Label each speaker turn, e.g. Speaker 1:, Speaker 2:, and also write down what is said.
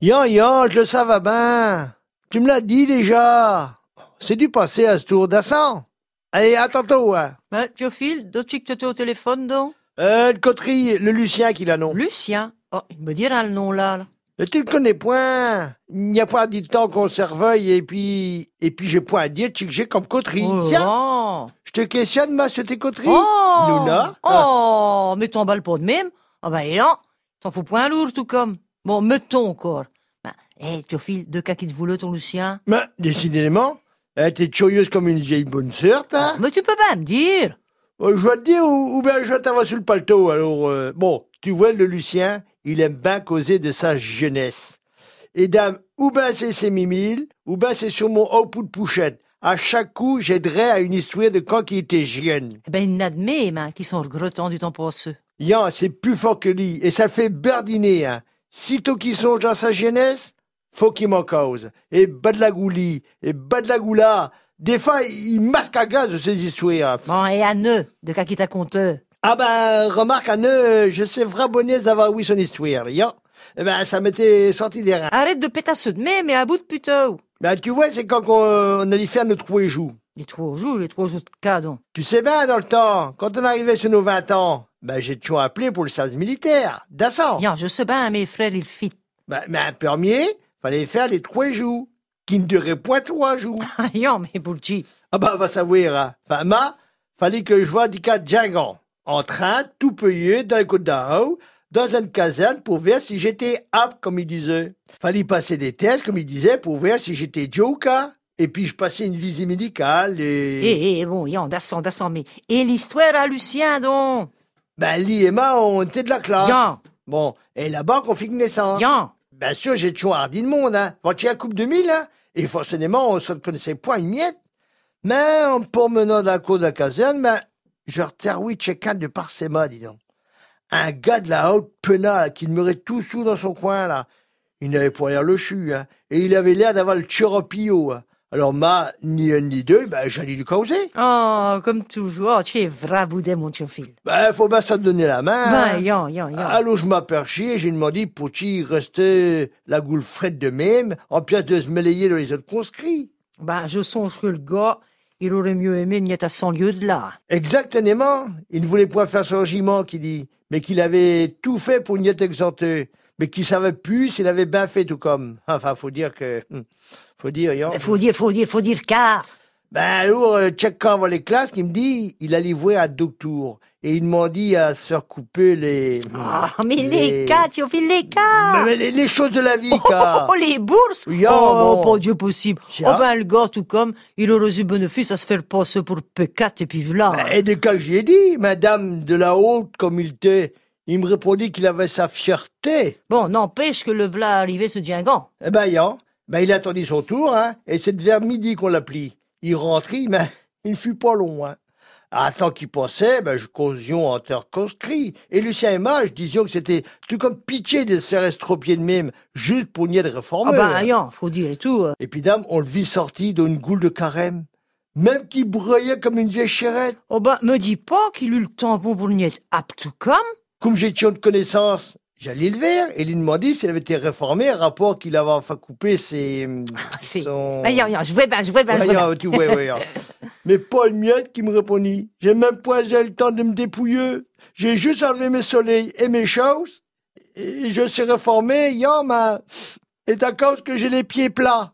Speaker 1: Yan Yan, je le savais bien. Tu me l'as dit déjà. C'est du passé à ce tour d'assaut. Allez, à tantôt. hein.
Speaker 2: Ben, Théophile, d'autres chics que t'étais au téléphone, donc
Speaker 1: Euh, le coterie, le Lucien qui l'a non.
Speaker 2: Lucien Oh, il me dira le nom, là. là.
Speaker 1: Mais tu le connais point. Il n'y a pas dit temps qu'on se reveille et puis, et puis j'ai point à dire que j'ai comme coterie.
Speaker 2: Oh
Speaker 1: Tiens,
Speaker 2: là.
Speaker 1: je te questionne, ma, sur tes coteries.
Speaker 2: Oh
Speaker 1: Luna
Speaker 2: Oh Mais t'emballes pas de même Ah ben, et non T'en fous point lourd, tout comme. Bon, mettons encore. Ben, hé, Théophile, de cas qui te voulait, ton Lucien
Speaker 1: Mais, décidément, euh, t'es curieuse comme une vieille bonne sœur, hein.
Speaker 2: Mais tu peux pas me dire
Speaker 1: Euh, je vais te dire, ou, ou bien je vais t'avoir sur le paletot. Alors, euh, bon, tu vois, le Lucien, il aime bien causer de sa jeunesse. Et dame, ou bien c'est ses mimiles, ou bien c'est sur mon haut de pouchette. À chaque coup, j'aiderai à une histoire de quand il était jeune.
Speaker 2: Eh ben, il n'a de même, hein, qui sont regrettants du temps passé.
Speaker 1: Yan, c'est plus fort que lui, et ça fait berdiner, hein. Sitôt qu'il songe à sa jeunesse, faut qu'il m'en cause. Et bas de la goulie, et bas de la goula. Des fois, il masque à gaz de ses histoires. hein.
Speaker 2: Bon, et Anne, de cas qui t'a conté
Speaker 1: Ah ben, remarque, Anne, euh, je sais vraiment bien d'avoir oui son histoire, ya. Eh ben, ça m'était sorti des reins.
Speaker 2: Arrête de pétasser de même et à bout de puteau
Speaker 1: Ben, tu vois, c'est quand qu'on- on allait faire nos trois jours.
Speaker 2: Les trois jours, les trois jours de cadon.
Speaker 1: Tu sais bien, dans le temps, quand on arrivait sur nos 20 ans, ben, j'ai toujours appelé pour le service militaire, d'assaut.
Speaker 2: Bien, je sais bien, mes frères, ils fit.
Speaker 1: Ben, mais un premier, fallait faire les trois jours, qui ne duraient point trois jours.
Speaker 2: Ah, bien, mais Bourgi.
Speaker 1: Ah bah, va savoir, hein. Enfin, ma, fallait que je voie du cas Django, en train, tout payé, dans le côte d'Ao, dans une caserne pour voir si j'étais apte, comme il disait. Fallait passer des tests, comme il disait, pour voir si j'étais joker. Et puis, je passais une visite médicale
Speaker 2: Eh,
Speaker 1: et...
Speaker 2: eh, bon, bien, d'assant, d'assant, mais. Et l'histoire à Lucien, donc
Speaker 1: Ben, Lee et ma, on était de la classe.
Speaker 2: Bien.
Speaker 1: Bon, et là-bas, qu'on fit naissance.
Speaker 2: Bien
Speaker 1: Bien sûr, j'ai toujours hardi de monde, hein. Quand il y a Coupe 2000, hein. Et forcément, on ne connaissait point une miette. Mais, en me promenant dans la cour de la caserne, ben, je reterrouille quelqu'un de Parsema, dis donc. Un gars de la haute penale qui demeurait tout sous dans son coin, là. Il n'avait pas l'air le chu, hein. Et il avait l'air d'avoir le churopillo, hein. Alors, ma, ni un ni deux, ben, j'allais lui causer.
Speaker 2: Oh, comme toujours, tu es vraboudé, mon Théophile.
Speaker 1: Ben, faut bien se donner la main. hein.
Speaker 2: Ben, yon, yon, yon.
Speaker 1: Alors je m'aperçus et j'ai demandé pour qui restait la goule frette de même, en pièce de se mêler dans les autres conscrits.
Speaker 2: Ben, je songe que le gars, il aurait mieux aimé n'y être à 100 lieues de là.
Speaker 1: Exactement, il ne voulait point faire son régiment, qui dit, mais qu'il avait tout fait pour n'y être exempté, mais qu'il savait plus s'il avait bien fait tout comme. Enfin, faut dire que... hum, Faut dire, yo.
Speaker 2: Mais faut dire, faut dire, faut dire, car.
Speaker 1: Ben alors, euh, check quand avant les classes, qui me dit, il allait voir à Doctour, et il m'en dit à se recouper les... Ben,
Speaker 2: Ah, mais les cas, Théophile, les cas.
Speaker 1: Mais les, les choses de la vie, car...
Speaker 2: Oh, les bourses
Speaker 1: Yo,
Speaker 2: Oh,
Speaker 1: bon.
Speaker 2: pas Dieu possible
Speaker 1: Tiens.
Speaker 2: Oh ben, le gars, tout comme, il aurait eu bénéfice à se faire passer pour P4 et puis
Speaker 1: Ben,
Speaker 2: voilà.
Speaker 1: Et de quoi j'ai dit, madame de la haute comme il était, il me répondit qu'il avait sa fierté.
Speaker 2: Bon, n'empêche que le v'là arrivé ce djingan.
Speaker 1: Eh ben, Yan, ben, il attendit son tour, hein, et c'est vers midi qu'on l'appelait. Il rentrit, mais il ne fut pas loin. À temps qu'il passait, ben, je causions en terre conscrit. Et Lucien et moi, je disions que c'était tout comme pitié de se faire estropier de même, juste pour nier de
Speaker 2: Ah
Speaker 1: réformer.
Speaker 2: ben, yon, faut dire et tout. hein.
Speaker 1: et puis, dame, on le vit sorti d'une goule de carême, même qu'il broyait comme une vieille chérette.
Speaker 2: Oh ben, me dis pas qu'il eut le temps bon pour n'y être apte tout comme.
Speaker 1: Comme j'étais de connaissance, j'allais le voir et lui demandais s'il avait été réformé, rapport qu'il avait enfin coupé ses...
Speaker 2: c'est-
Speaker 1: son-
Speaker 2: Ben, yon, yon, je vais ben, je vais ben, je
Speaker 1: Ouais,
Speaker 2: vais ben.
Speaker 1: ouais, tu vois, ouais, ouais. Mais pas une miette qui me répondit. J'ai même pas eu le temps de me dépouiller. J'ai juste enlevé mes soleils et mes choses. Et je suis réformé, yam, hein. et à cause que j'ai les pieds plats.